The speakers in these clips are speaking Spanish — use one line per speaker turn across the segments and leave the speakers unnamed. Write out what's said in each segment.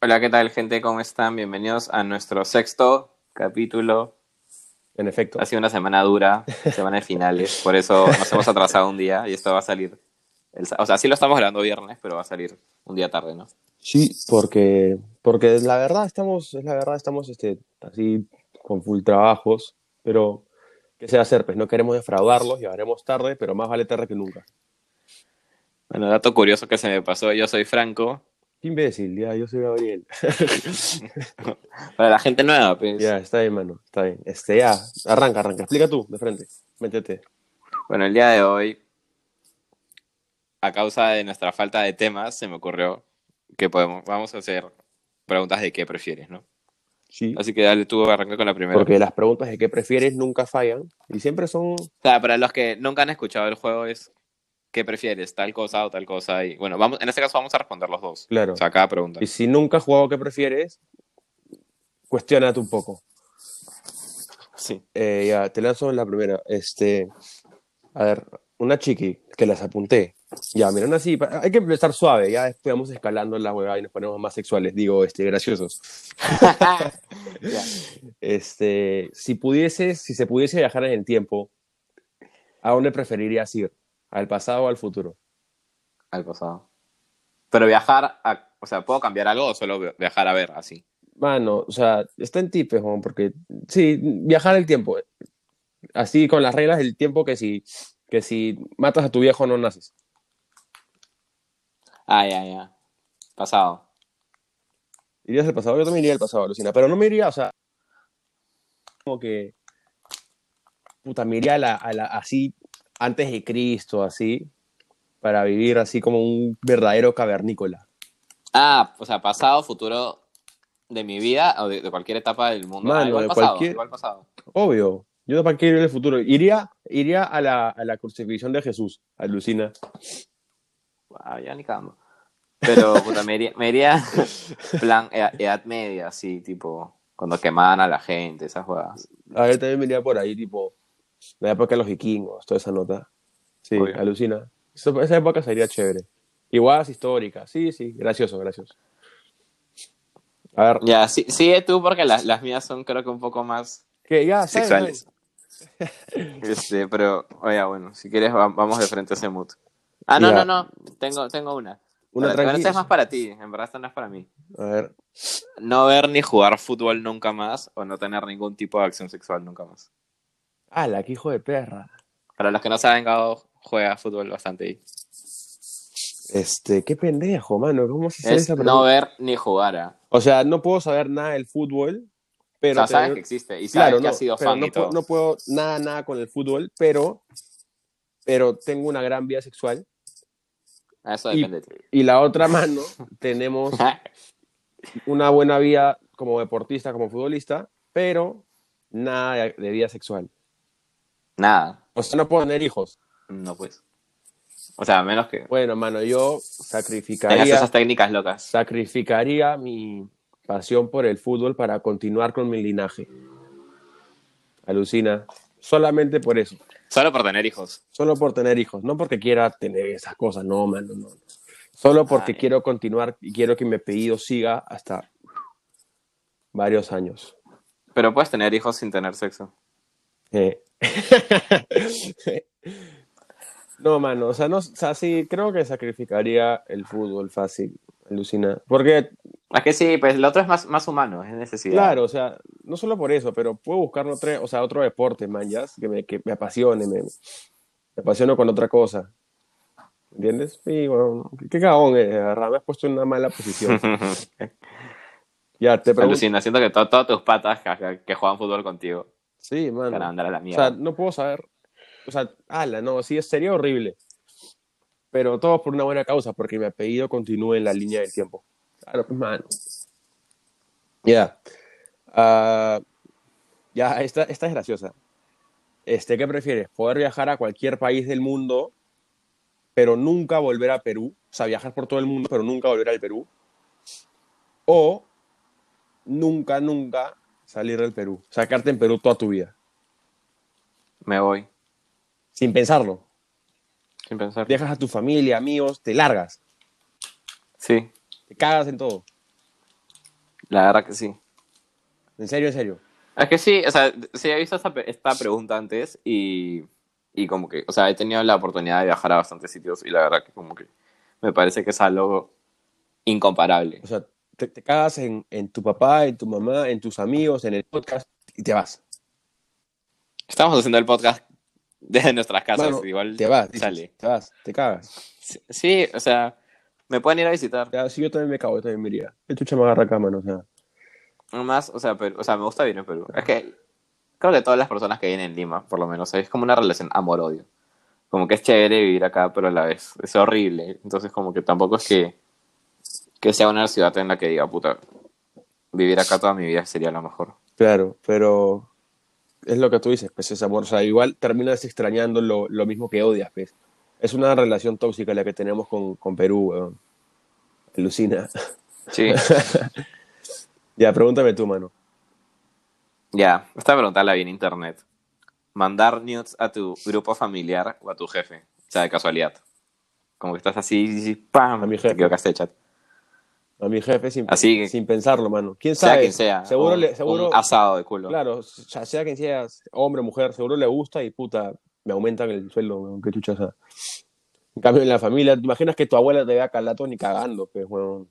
Hola, ¿qué tal, gente? ¿Cómo están? Bienvenidos a nuestro sexto capítulo.
En efecto.
Ha sido una semana dura, semana de finales, por eso nos hemos atrasado un día y esto va a salir. el sa- o sea, sí lo estamos grabando viernes, pero va a salir un día tarde, ¿no?
Sí, porque, porque la verdad estamos, es la verdad, estamos este, así con full trabajos, pero ¿qué se va a hacer? Pues no queremos defraudarlos, llegaremos tarde, pero más vale tarde que nunca.
Bueno, dato curioso que se me pasó, yo soy Franco.
Qué imbécil, ya, yo soy Gabriel.
Para la gente nueva, pues.
Ya, está bien, mano, está bien. Este, ya, arranca, arranca, explica tú, de frente, métete.
Bueno, el día de hoy, a causa de nuestra falta de temas, se me ocurrió que podemos, vamos a hacer preguntas de qué prefieres, ¿no?
Sí,
Así que dale tú, arranca con la primera.
porque las preguntas de qué prefieres nunca fallan y siempre son...
O sea, para los que nunca han escuchado el juego es ¿qué prefieres? ¿Tal cosa o tal cosa? Y bueno, vamos, en este caso vamos a responder los dos.
Claro.
O sea, cada pregunta.
Y si nunca has jugado qué prefieres, cuestiónate un poco.
Sí.
Eh, ya, te lanzo la primera. Este, a ver, una chiqui que las apunté. Ya, miren así, pa- hay que empezar suave, ya después vamos escalando la huevada y nos ponemos más sexuales, digo, este, graciosos. Este, si pudieses, si se pudiese viajar en el tiempo, ¿a dónde preferirías ir? ¿Al pasado o al futuro?
Al pasado. Pero viajar, a- o sea, ¿puedo cambiar algo o solo vi- viajar a ver así?
Mano, o sea, está en ti, pues, huevón, porque sí, viajar el tiempo, así con las reglas del tiempo que si, que si matas a tu viejo no naces.
Ah, ya, ya. Pasado.
¿Irías al pasado? Yo también iría al pasado, Lucina. Pero no me iría, o sea, como que. Puta, me iría a la, a la- así, antes de Cristo, así, para vivir así como un verdadero cavernícola.
Ah, o sea, pasado, futuro de mi vida o de, de cualquier etapa del mundo. Ah,
Mano,
igual
de
pasado,
cualquier-
igual pasado.
Obvio. Yo para qué ir el futuro. Iría, iría a, la, a la crucifixión de Jesús, a Lucina.
Wow, ya ni cagando. Pero, puta, me iría, me iría plan edad, edad media, así, tipo, cuando quemaban a la gente, esas jugadas.
A ver, también me iría por ahí, tipo, la época de los vikingos, toda esa nota. Sí,
Obvio.
alucina. Esa, esa época sería chévere. Igual es histórica. Sí, sí, gracioso, gracioso. A ver,
Ya, sí, sigue tú porque las, las mías son creo que un poco más
que ya, ¿sabes?
sexuales. Este, pero, oye, bueno, si quieres va- vamos de frente a ese mood. Ah, no, no,
Ya.
no, tengo, tengo una.
Una
Pero- pero esta
tranquila.
es más para ti, en verdad esta no es para mí.
A ver,
No ver ni jugar fútbol nunca más o no tener ningún tipo de acción sexual nunca más.
ala, qué hijo de perra.
Para los que no saben, Gabo juega fútbol bastante. ahí.
Este, qué pendejo, mano. ¿Cómo se hace
Es
esa
no eh.
pregunta?
ver ni jugar. ah.
O sea, no puedo saber nada del fútbol,
O
pero
sea, sabes
tener-
que existe y sabes
claro,
que
no,
has sido
pero
fan
no,
y
puedo,
todo.
no puedo nada, nada con el fútbol, pero, pero tengo una gran vida sexual.
Eso
y-
depende de ti.
Y la otra mano, tenemos una buena vida como deportista, como futbolista, pero nada de, de vida sexual.
Nada,
O sea, no puedo tener hijos.
no pues. O sea, a menos que
Bueno, mano, yo
tengas
sacrificaría,
esas técnicas locas.
sacrificaría mi pasión por el fútbol para continuar con mi linaje. Alucina. Solamente por eso.
Solo por tener hijos.
Solo por tener hijos. No porque quiera tener esas cosas. No, mano, no. no. Solo porque
Ay.
quiero continuar y quiero que mi pedido siga hasta varios años.
Pero puedes tener hijos sin tener sexo.
Eh. no, mano, o sea, no, o sea, sí, creo que sacrificaría el fútbol fácil, alucina. Porque,
Es que sí, pues lo otro es más, más humano, es necesidad.
claro, o sea, no solo por eso, pero puedo buscar otra, o sea, otro deporte, manjas, que me, que me apasione, me, me apasiono con otra cosa. ¿Entiendes? Sí, bueno, qué cagón eres, de verdad, me has puesto en una mala posición. ya, te pregunto.
Alucina, siento que to- todas tus patas que, que- que juegan fútbol contigo
Sí, mano.
van a andar a la
O sea,
mierda.
no puedo saber. O sea, ala, no, sí, sería horrible. Pero todo por una buena causa, porque mi apellido continúe en la línea del tiempo. Claro, pues, mano. Ya. Ah, ya, esta, esta es graciosa. Este, ¿qué prefieres? ¿Poder viajar a cualquier país del mundo, pero nunca volver a Perú? O sea, viajar por todo el mundo, pero nunca volver al Perú. O nunca, nunca salir del Perú. Sacarte en Perú toda tu vida.
Me voy,
Sin pensarlo.
sin pensar.
dejas a tu familia, amigos, te largas,
Sí.
te cagas en todo.
La verdad que sí.
En serio, en serio.
Es que sí, o sea, sí he visto esta, pe- esta pregunta antes y, y como que, o sea, he tenido la oportunidad de viajar a bastantes sitios y la verdad que como que me parece que es algo incomparable.
O sea, te, te cagas en, en tu papá, en tu mamá, en tus amigos, en el podcast y te vas.
Estamos haciendo el podcast desde nuestras casas,
Mano,
igual
Te vas, dices,
sale.
te vas, te cagas.
Sí, Sí, o sea, me pueden ir a visitar.
Ya, sí, yo también me cago, yo también me iría. El tucha me agarra acá, mano, o sea.
Nomás, o sea, pero, o sea, me gusta vivir en Perú. Es que creo que todas las personas que vienen en Lima, por lo menos, es como una relación amor-odio. Como que es chévere vivir acá, pero a la vez es horrible. Entonces, como que tampoco es que, que sea una ciudad en la que diga, puta, vivir acá toda mi vida sería lo mejor.
Claro, pero es lo que tú dices, pues es amor. O sea, igual terminas extrañando lo, lo mismo que odias, pues. Es una relación tóxica la que tenemos con, con Perú, weón. Alucina.
Sí,
ya, pregúntame tú, mano.
ya, esta pregunta la vi en internet. Mandar nudes a tu grupo familiar o a tu jefe, o sea, de casualidad. Como que estás así, y- y- ¡pam!
A mi
Te
jefe.
equivocaste de chat.
A mi jefe sin,
Así que-
sin pensarlo, mano. ¿Quién
Sea
sabe?
quien sea.
Seguro,
un-
le, seguro
un asado de culo.
claro, sea, sea quien sea, hombre, mujer, seguro le gusta y puta, me aumentan el sueldo, weón, qué chucha. o sea. En cambio, en la familia, ¿te imaginas que tu abuela te vea calato ni cagando, pues, weón?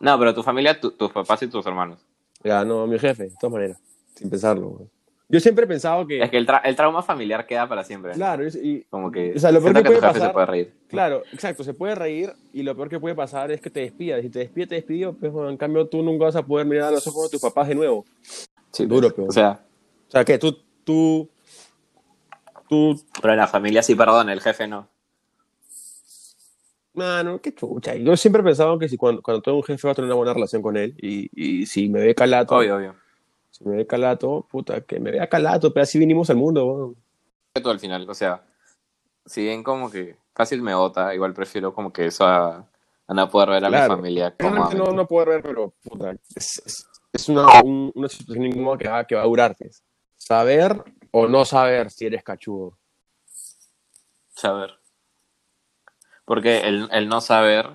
No, pero tu familia, tu- tus papás y tus hermanos.
Ya, no, mi jefe, de todas maneras, sin pensarlo, weón. Yo siempre he pensado que...
Es que el, tra- el trauma familiar queda para siempre.
Claro, es- y,
Como que.
O sea, lo peor
siento
que puede
tu jefe
pasar-
se puede reír.
claro, exacto, se puede reír y lo peor que puede pasar es que te despidas. Si te despide, te despido, pues bueno, en cambio tú nunca vas a poder mirar a los ojos de tus papás de nuevo.
Sí,
Duro,
pues.
pero-
O sea,
O sea, que tú, tú, tú,
pero en la familia sí, perdón, el jefe no.
mano, qué chucha. Yo siempre he pensado que si cuando, cuando tengo un jefe va a tener una buena relación con él y, y si me ve calato,
Obvio, obvio.
si me ve calato, puta, que me vea calato, pero así vinimos al mundo, weón.
Que Todo al final, o sea, si bien como que fácil me vota, igual prefiero como que eso a, a no poder ver a
Claro.
mi familia.
Realmente no,
cómodamente.
no puedo ver, pero puta, es, es- es una, un- una situación incómoda que va, que va a durarte. Saber o no saber si eres cachudo.
Saber. Porque el, el no saber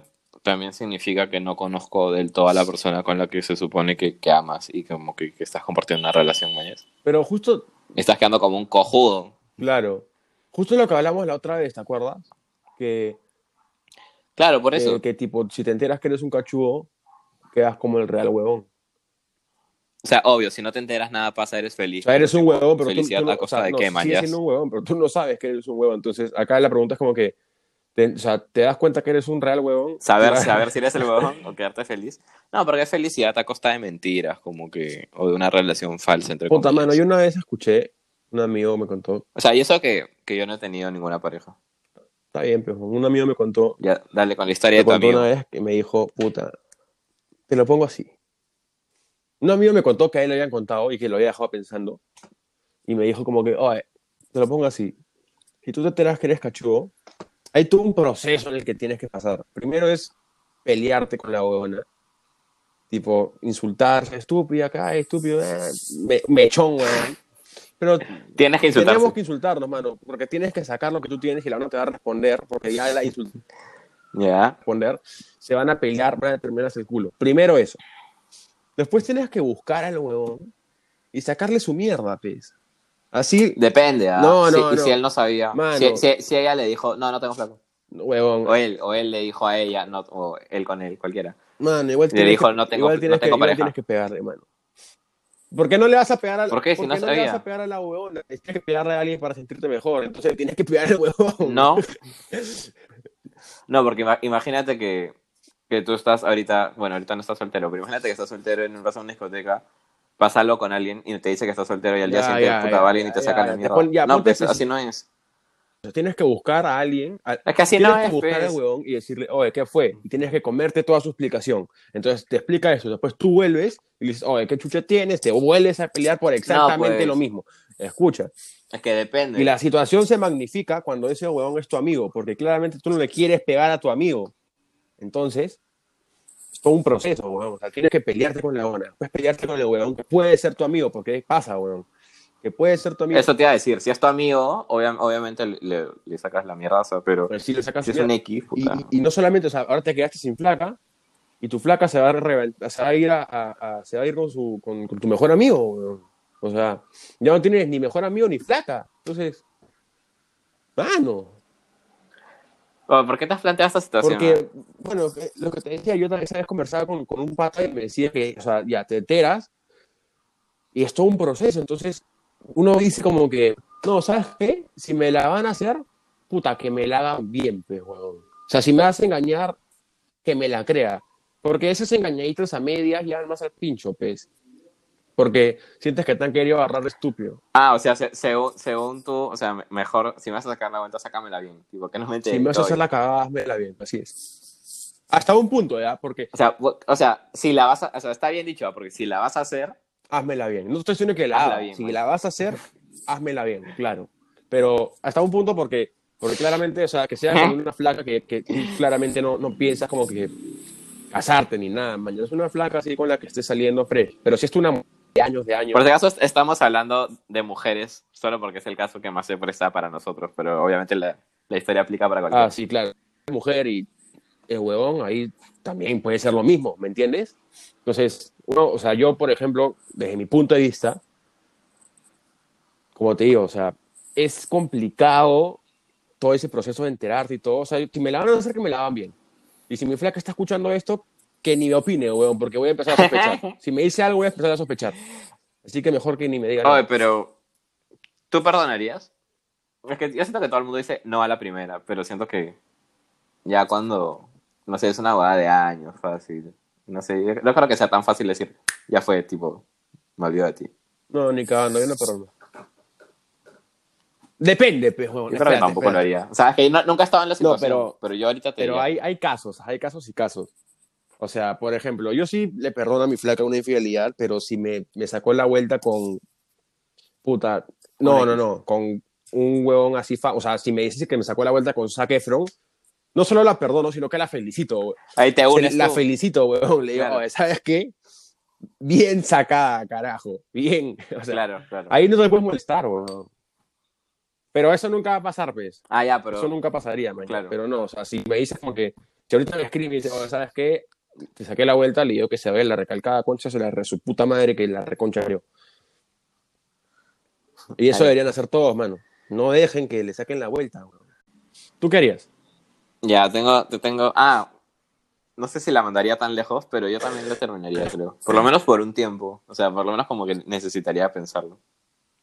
también significa que no conozco del todo a la persona con la que se supone que, que amas y como que, que estás compartiendo una relación, mañana.
Pero justo,
Estás quedando como un cojudo.
claro, justo lo que hablamos la otra vez, ¿te acuerdas? Que,
Claro, por
que-
eso.
Eh, que tipo, si te enteras que eres un cachudo, quedas como el real huevón.
O sea, obvio, si no te enteras nada pasa, eres feliz.
O sea, eres un huevón, pero tú-
Felicidad
tú, no-
a costa
o sea,
de
no,
qué,
sigues
mañas.
siendo un huevón, pero tú no sabes que eres un huevón. Entonces, acá la pregunta es como que, te, o sea, te das cuenta que eres un real huevón.
Saber, saber si eres el huevón o quedarte feliz. No, porque es felicidad a costa de mentiras, como que, o de una relación falsa entre
Puta,
comillas.
mano, yo una vez escuché, un amigo me contó,
O sea, y eso que, que yo no he tenido ninguna pareja.
Está bien, pero un amigo me contó,
Ya, dale con la historia
me
de tu
contó
amigo.
una vez que me dijo, puta, te lo pongo así. Un amigo me contó que a él le habían contado y que lo había dejado pensando. Y me dijo como que, oye, te lo pongo así. Si tú te enteras que eres cachudo, hay todo un proceso en el que tienes que pasar. Primero es pelearte con la huevona. Tipo, insultarse, estúpida, acá, estúpido, eh, me- mechón, weón. Pero
Tienes que insultarse.
tenemos que insultarnos, mano, porque tienes que sacar lo que tú tienes y la no te va a responder, porque ya la insultaste
Ya.
responder, se van a pelear, van a terminarse el culo. Primero eso. Después tienes que buscar al huevón y sacarle su mierda, pez. Así,
Depende, ¿ah?
No,
Si-
no,
y
no.
si él no sabía.
Mano.
Si, si- si ella le dijo, no, no tengo flaco.
huevón.
O él, o él le dijo a ella, no, o él con él, cualquiera.
Mano, igual
Le
tienes,
dijo,
que,
"No tengo-
igual
no
tienes
tengo
que, igual
pareja".
tienes que pegarle, mano. ¿Por qué no le vas a pegar al
¿Por qué? Si no
no le
sabía.
vas a pegar a la huevona? Tienes que pegarle a alguien para sentirte mejor. Entonces tienes que pegar al huevón.
No. No, porque ima- imagínate que, que tú estás ahorita, bueno, ahorita no estás soltero, pero imagínate que estás soltero en un razón una discoteca, pasa algo con alguien y te dice que estás soltero y al día
Ya,
siguiente
ya,
puta,
ya,
va alguien y
ya,
te
ya,
saca
ya,
la
te
mierda.
pon- ya,
no,
ponte
pues
específico.
así no es.
Entonces, tienes que buscar a alguien. a-
Es que así
tienes
no
que
es,
buscar al
pues.
huevón y decirle, oye, ¿qué fue? Y tienes que comerte toda su explicación. Entonces te explica eso. Después tú vuelves y le dices, oye, ¿qué chucha tienes? Te vuelves a pelear por exactamente
pues.
lo mismo. Escucha.
Es que depende.
Y la situación se magnifica cuando ese huevón es tu amigo, porque claramente tú no le quieres pegar a tu amigo. Entonces, es todo un proceso, huevón. O sea, tienes que pelearte con la huevona. Después pelearte con el huevón que puede ser tu amigo, porque pasa, huevón. Que puede ser tu amigo.
Eso te iba a decir, si es tu amigo, obvia- obviamente le, le- le sacas la mierdaza, pero
Pero si le sacas
si es
mierda.
un X,
Y,
puta.
y- y no solamente, o sea, ahora te quedaste sin flaca, y tu flaca se va a, reventar- se va a ir, a, a- a- se va a ir con, su, con, con tu mejor amigo. weón. O sea, ya no tienes ni mejor amigo ni flaca. Entonces, mano,
Bueno, ¿Por qué te has planteado esta situación?
porque, bueno, que- lo que te decía, yo también sabes conversaba con, con un pata y me decía que, o sea, ya te enteras y es todo un proceso. Entonces, uno dice como que, no, ¿sabes qué? Si me la van a hacer, puta, que me la hagan bien, pues, huevón. O sea, si me vas a engañar, que me la crea. Porque esos engañaditos a medias ya van más al pincho, pues. Porque sientes que te han querido agarrar de estúpido.
Ah, o sea, se- según, según tú, o sea, me- mejor, si me vas a sacar la cuenta, sácamela bien. Tipo, que no me
si me vas a
enteré
hacer la cagada, hazmela bien, así es. Hasta un punto, ¿ya? Porque
O sea, bu- o sea, si la vas a, o sea, está bien dicho, ¿ah? porque si la vas a hacer,
Házmela bien. No estoy diciendo que la
Hazla
haga.
bien,
si
man.
la vas a hacer, házmela bien, claro. Pero hasta un punto porque, porque claramente, o sea, que sea con una flaca que, que tú claramente no, no piensas como que casarte ni nada. Mañana es una flaca así con la que estés saliendo fresh. Pero si es una mu- de años, de años.
por este caso est- estamos hablando de mujeres, solo porque es el caso que más se presta para nosotros, pero obviamente la, la historia aplica para cualquier.
Ah, sí, claro. Mujer y el huevón, ahí también puede ser lo mismo, ¿me entiendes? Entonces, uno, o sea, yo, por ejemplo, desde mi punto de vista, como te digo, o sea, es complicado todo ese proceso de enterarte y todo. O sea, si me la van a hacer, que me la van bien. Y si mi flaca está escuchando esto, que ni me opine, huevón, porque voy a empezar a sospechar. si me dice algo, voy a empezar a sospechar. Así que mejor que ni me diga nada.
Oye, pero, ¿tú perdonarías? Es que yo siento que todo el mundo dice no a la primera, pero siento que ya cuando, no sé, es una boda de años, fácil. No sé, yo no creo que sea tan fácil decir, ya fue, tipo, me olvido de ti.
No, ni cagando, yo no perdono. Depende, pues,
Yo
huevón.
creo que
espérate,
tampoco lo
espérate.
haría. O sea, es que no- nunca he estado en la situación,
pero-
pero, yo ahorita te
Pero
diría.
hay, hay casos, hay casos y casos. O sea, por ejemplo, yo sí le perdono a mi flaca una infidelidad, pero si me, me sacó la vuelta con. Puta. No,
Con
no,
X.
no. Con un huevón así. fa- o sea, si me dices que me sacó la vuelta con Zac Efron, no solo la perdono, sino que la felicito. we-
Ahí te
se-
unes
la
tú.
felicito, huevón. Le digo,
Claro.
"Oye, ¿sabes qué? Bien sacada, carajo. Bien. O sea,
Claro, claro.
ahí no te puedes molestar, huevón. Pero eso nunca va a pasar, pues.
Ah, ya, pero.
Eso nunca pasaría, man.
Claro.
Pero no, o sea, si me dices como que, si ahorita me escribe y dice, "Oye, ¿sabes qué? Te saqué la vuelta, le digo que se ve la recalcada concha, se la re su puta madre que la reconcha abrió. Y eso
Ahí.
deberían hacer todos, mano. No dejen que le saquen la vuelta, weón. ¿Tú qué harías?
Ya, tengo, te tengo. Ah, no sé si la mandaría tan lejos, pero yo también la terminaría, creo. Por lo menos por un tiempo. O sea, por lo menos como que necesitaría pensarlo.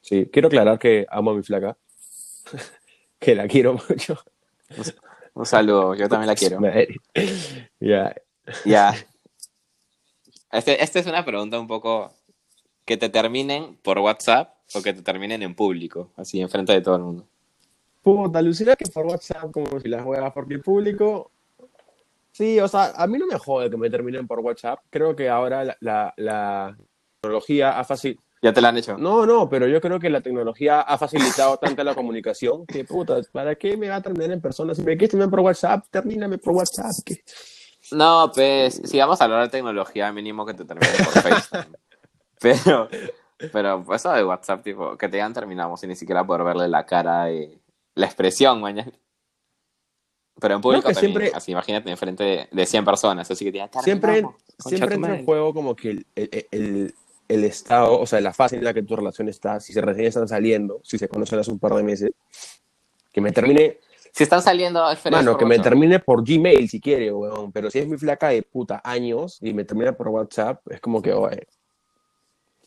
Sí, quiero aclarar que amo a mi flaca. que la quiero mucho.
Un saludo, yo también la quiero.
Madre. Ya.
Ya. Este, esta es una pregunta un poco. Que te terminen por WhatsApp o que te terminen en público, así enfrente de todo el mundo.
Puta, alucina que por WhatsApp, como si las juegas, porque el público. Sí, o sea, a mí no me jode que me terminen por WhatsApp. Creo que ahora la, la- la tecnología ha facilitado.
Ya te la han hecho.
No, no, pero yo creo que la tecnología ha facilitado tanta la comunicación que, puta, ¿para qué me va a terminar en persona? Si me quieres terminar por WhatsApp, termíname por WhatsApp. que-
No, pues, si vamos a hablar de tecnología, mínimo que te terminen por FaceTime. Pero, pero pues, eso de WhatsApp, tipo, que te digan terminamos y ni siquiera poder verle la cara y la expresión, mañana. Pero en público
que
también,
siempre-
así imagínate enfrente de, de 100 personas, así que te digan,
Siempre,
terminamos, concha
siempre
tu
entra en
madre.
juego como que el, el- el- el estado, o sea, la fase en la que tu relación está, si se recién están saliendo, si se conocen hace un par de meses, que me termine
Si están saliendo, esperas
Mano,
por
que me
WhatsApp.
termine por Gmail si quiere, weón. Pero si es mi flaca de puta años y me termina por WhatsApp, es como que, oye,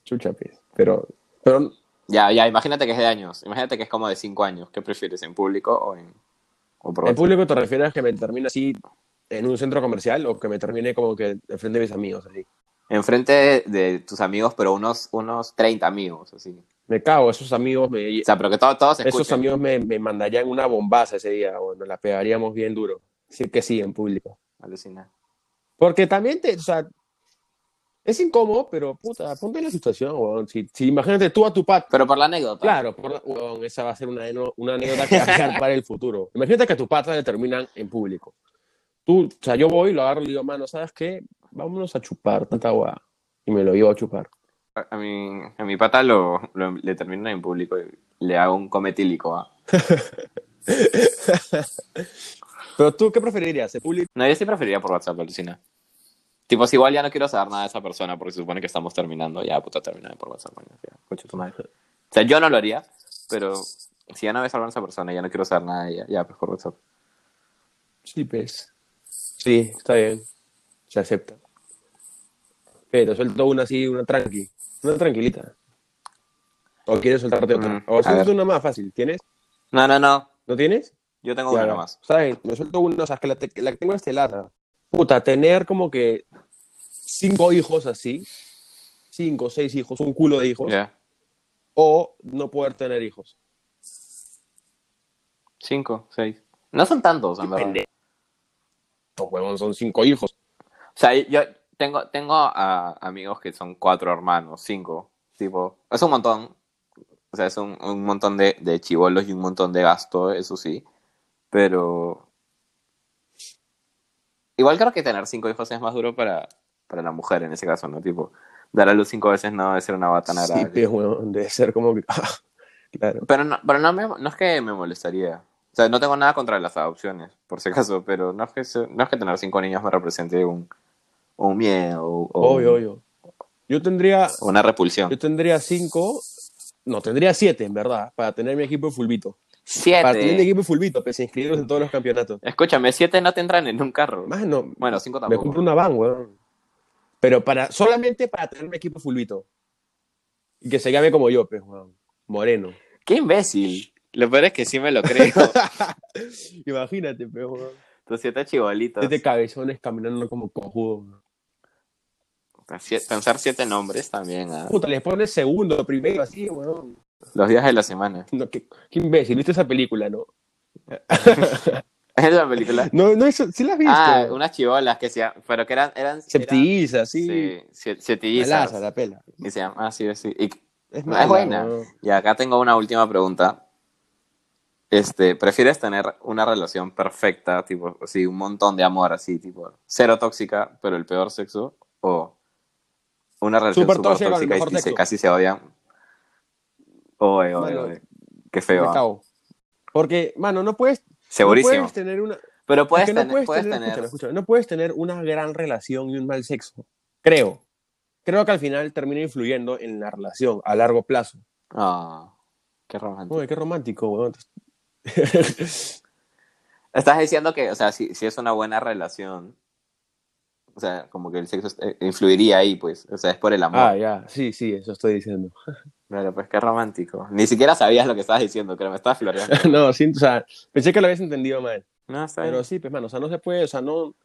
chucha, pues. Pero, pero
Ya, ya, imagínate que es de años, imagínate que es como de 5 años, ¿qué prefieres, en público o en o por
¿en
WhatsApp?
público te refieres que me termine así en un centro comercial o que me termine como que enfrente de mis amigos, así?
Enfrente de, de tus amigos, pero unos, unos 30 amigos, así.
Me cago, esos amigos me,
O sea, pero que todo- todos se
esos
escuchen.
amigos me, me mandarían una bombaza ese día, o nos la pegaríamos bien duro. Decir que sí, en público.
Alucina.
Porque también te, o sea, es incómodo, pero puta, ponte en la situación, weón. Si, si imagínate tú a tu pat
Pero por la anécdota.
Claro, por- huevón, esa va a ser una, eno- una anécdota que va a quedar para el futuro. Imagínate que a tu pata le terminan en público. Tú, o sea, yo voy, lo agarro y le digo, mano, ¿sabes qué? Vámonos a chupar tanta agua. Y me lo llevo a chupar.
A mi, a mi pata lo, lo- le termino en público y le hago un cometílico. ¿ah?
Pero tú, ¿qué preferirías? ¿El público?
No, yo sí preferiría por WhatsApp, Lucina. Tipo, si igual ya no quiero saber nada de esa persona porque se supone que estamos terminando. Ya, puta, terminame por WhatsApp. mañana, ya, concha tu madre. O sea, yo no lo haría, pero si ya no ves hablar a esa persona, ya no quiero saber nada de ella. Ya, pues por WhatsApp.
Sí, pues. Sí, está bien. Se acepta. Pero suelto una así, una tranqui. Una tranquilita. ¿O quieres soltarte otra?
Mm, a
o suelto
ver.
una más fácil. ¿Tienes?
No, no, no.
¿No tienes?
Yo tengo
Ya,
una
no.
más.
¿Sabes? Me suelto una, o sea, que la, te- la que tengo estelada. Puta, tener como que cinco hijos así. Cinco, seis hijos, un culo de hijos.
Ya.
O no poder tener hijos.
Cinco, seis. No son tantos, en verdad.
Estos huevón son cinco hijos.
O sea, yo tengo, tengo a amigos que son cuatro hermanos, cinco. Tipo, es un montón. O sea, es un, un montón de, de chivolos y un montón de gasto, eso sí. Pero. Igual creo que tener cinco hijos es más duro para, para la mujer en ese caso, ¿no? Tipo, dar a luz cinco veces no debe ser una batana
sí,
grave.
pues, huevón, debe ser como que. ah, claro.
Pero no, pero no, me- no es que me molestaría. O sea, no tengo nada contra las adopciones, por si acaso, pero no es que, se- no es que tener cinco niños me represente un, un miedo o, o
Obvio, obvio. Yo tendría,
una repulsión.
yo tendría cinco, no, tendría siete, en verdad, para tener mi equipo de fulbito. Para tener mi
Siete.
equipo de fulbito, pese a inscribirlos en todos los campeonatos.
Escúchame, siete no te entran en un carro.
Más no,
Bueno, cinco
me
tampoco.
compro una van, weón. Pero para, solamente para tener mi equipo de fulbito. Y que se llame como yo, pues, weón. Moreno.
Qué imbécil. Lo peor es que sí me lo creo.
Imagínate, pues, weón.
Tus siete chibolitos.
Siete Este cabezones caminando como cojudo. weón.
Sie- Pensar Pues, siete nombres también. ah.
Puta, les pones segundo, primero, así, weón.
Los días de la semana.
No, qué, qué imbécil, ¿viste esa película, no?
¿Es la película?
No, no, eso, sí la has visto.
Ah, unas chibolas que se llam- Pero que eran. eran
Septilliza, sí.
eran- sí, sie- sietillizas.
Malaza, la pela.
Y se llama. Ah, sí, sí. Y
Es,
No, es buena. Y acá tengo una última pregunta. Este, ¿prefieres tener una relación perfecta, tipo, así, un montón de amor, así, tipo, cero tóxica, pero el peor sexo? ¿O una relación
Súper
súper
tóxica,
tóxica,
pero el mejor
y, y se,
sexo.
casi se odian? Oye, oye,
Mano,
oye. Qué
Me
feo. ¿ah?
cago. Porque, mano, no puedes, no
Segurísimo.
puedes tener una.
pero puedes
es que no
tener,
puedes
puedes
tener-
tener-
escúchame, escúchame, no puedes tener una gran relación y un mal sexo. Creo. Creo que al final termina influyendo en la relación a largo plazo.
Ah, qué romántico.
Uy, qué romántico, weón.
Estás diciendo que, o sea, si, si es una buena relación, o sea, como que el sexo eh, influiría ahí, pues, o sea, es por el amor.
ah, ya. Sí, sí, eso estoy diciendo.
Claro, pues qué romántico. Ni siquiera sabías lo que estabas diciendo, creo, me estabas floreando.
no, sí, o sea, pensé que lo habías entendido mal.
No, está
Pero
bien.
sí, pues, mano, o sea, no se puede, o sea, no,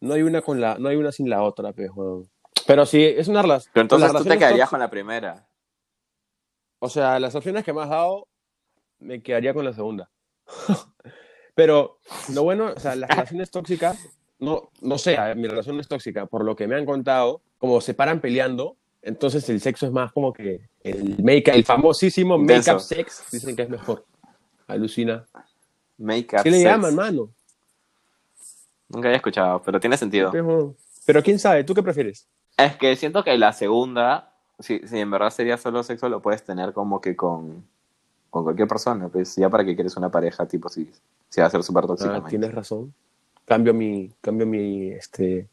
no hay una con la, no hay una sin la otra, pues, weón. Pero sí, es una relación.
Pero entonces tú te quedarías con la primera.
O sea, las opciones que me has dado, me quedaría con la segunda. Pero lo bueno, o sea, las relaciones tóxicas, no, no sé, a ver, mi relación no es tóxica, por lo que me han contado, como se paran peleando, entonces el sexo es más como que el make el famosísimo
Denso.
make-up sex, dicen que es mejor. Alucina.
Make up
¿Qué le
sex.
llaman, mano?
Nunca había escuchado, pero tiene sentido.
Pero- Pero quién sabe, ¿tú qué prefieres?
Es que siento que la segunda, si, si en verdad sería solo sexo, lo puedes tener como que con, con cualquier persona. Pues ya para que quieres una pareja, tipo, si, si va a ser súper tóxica.
Ah,
man.
tienes razón. Cambio mi, cambio mi, este,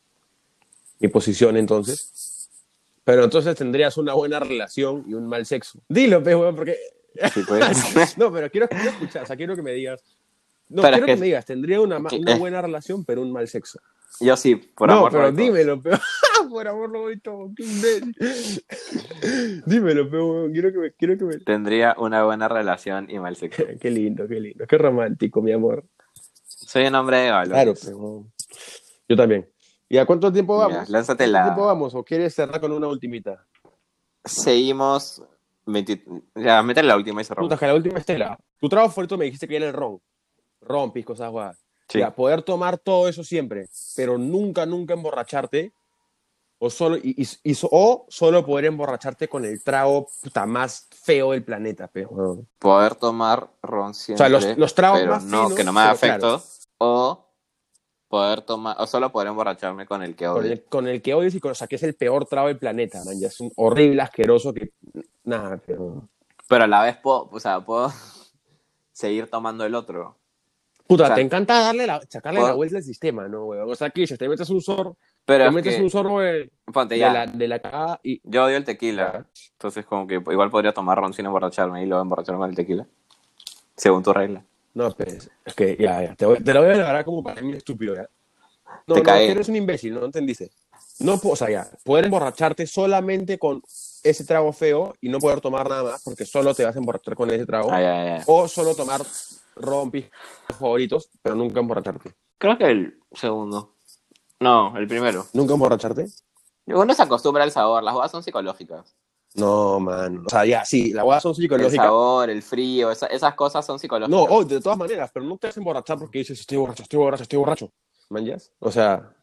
mi posición entonces. Pero entonces tendrías una buena relación y un mal sexo. Dilo, pues, weón, porque...
Sí, pues.
No, pero quiero, quiero escuchar, o sea, quiero que me digas... No,
Pero es
quiero que,
que-
me digas, tendría una, ma-
que-
una
eh.
buena relación, pero un mal sexo.
Yo sí, por
no,
amor.
pero
Roberto.
dímelo, pero... por amor, lo dímelo, pero weón, quiero que me... Quiero que me...
Tendría una buena relación y mal sexo.
Qué lindo, qué lindo, qué romántico, mi amor.
Soy un hombre de valor.
Claro, pues. pero yo también. ¿Y a cuánto tiempo
Ya,
vamos?
lánzate
¿Cuánto
la-
tiempo vamos? ¿O quieres cerrar con una ultimita?
Seguimos. 20 Ya, métele la última y cerramos.
Puta, que la última estela. Tu trabajo favorito me dijiste que era el ron. Ron, pisco, esas guadas.
Sí.
Ya, poder tomar todo eso siempre, pero nunca, nunca emborracharte. O solo, y, y- y so- o solo poder emborracharte con el trago puta, más feo del planeta, pero.
poder tomar ron siempre.
los- los tragos
pero
más
no,
finos,
que no me
pero
afecto.
claro.
O poder tomar, o solo poder emborracharme con el que
Con
odio.
el, con el que odias y con, o sea, que es el peor trago del planeta, man. Ya es un horrible, asqueroso que. Nada, pero.
Pero a la vez puedo, o sea, puedo seguir tomando el otro.
Puta,
O sea,
te encanta darle la, sacarle
por-
la vuelta al sistema, ¿no, weón? O sea, que si te metes un sor,
Pero
Te
es
metes
que,
un sorbo de,
ponte
de
ya,
la, de la cagada y...
yo odio el tequila, entonces como que igual podría tomar ron sin emborracharme y luego emborracharme con el tequila, según tu regla.
No, pues, es que ya, ya, te, voy- te lo voy a agarrar como para mí estúpido, ya. No,
Te
no,
cae.
que eres un imbécil, no entendiste. No, po- o sea, ya, poder emborracharte solamente con ese trago feo y no poder tomar nada más porque solo te vas a emborrachar con ese trago.
Ay, ay, ay.
O solo tomar rompis favoritos, pero nunca emborracharte.
Creo que el segundo. No, el primero.
¿Nunca emborracharte?
Uno se acostumbra al sabor, las bodas son psicológicas.
No, man. O sea, ya, sí, las huevas son
El
psicológicas.
sabor, el frío, esa- esas cosas son psicológicas.
No, oh, de todas maneras, pero no te vas a emborrachar porque dices, estoy borracho, estoy borracho, estoy borracho. ¿Manjas? O sea,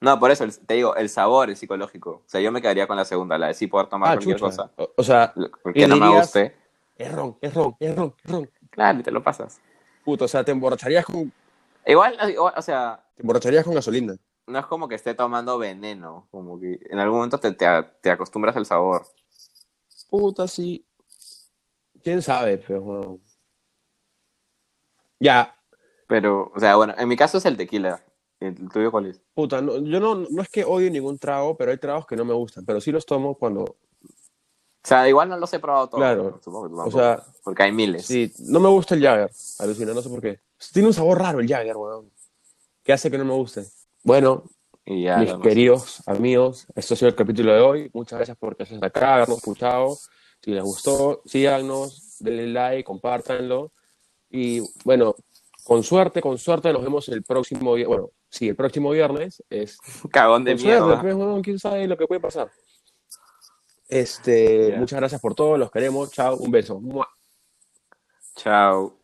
No, por eso el- te digo, el sabor es psicológico. O sea, yo me quedaría con la segunda, la de sí poder tomar
ah,
cualquier
chucha.
cosa.
O, o sea,
lo-
Y
Que no me
dirías-
guste.
es ron, es ron, es ron, es ron.
Claro, y te lo pasas.
Puto, o sea, te emborracharías con,
Igual, igual, o sea,
te emborracharías con gasolina.
no es como que esté tomando veneno. Como que en algún momento te, te, te acostumbras al sabor.
Puta, sí. ¿Quién sabe? Pero, weón. Ya,
Pero, o sea, bueno, en mi caso es el tequila. ¿El tuyo cuál es?
puta, no- yo no, no es que odio ningún trago, pero hay tragos que no me gustan, pero sí los tomo cuando...
O sea, igual no los he probado todos.
Claro.
pero Supongo que tú
O
tampoco,
sea,
porque hay miles.
sí, no me gusta el Jagger, alucina, no sé por qué. Tiene un sabor raro el Jagger, weón. Que hace que no me guste. Bueno,
Y ya,
mis
lo demás.
queridos amigos, esto ha sido el capítulo de hoy. Muchas gracias por estar hasta acá, habernos escuchado. Si les gustó, síganos, denle like, compártanlo. Y bueno, con suerte, con suerte, nos vemos el próximo viernes. Bueno, sí, el próximo viernes es.
Cagón de
Con suerte,
mierda.
pues, weón, quién sabe lo que puede pasar. Este,
Ya. Este,
muchas gracias por todo, los queremos. Chao, un beso. ¡Mua!
Chao.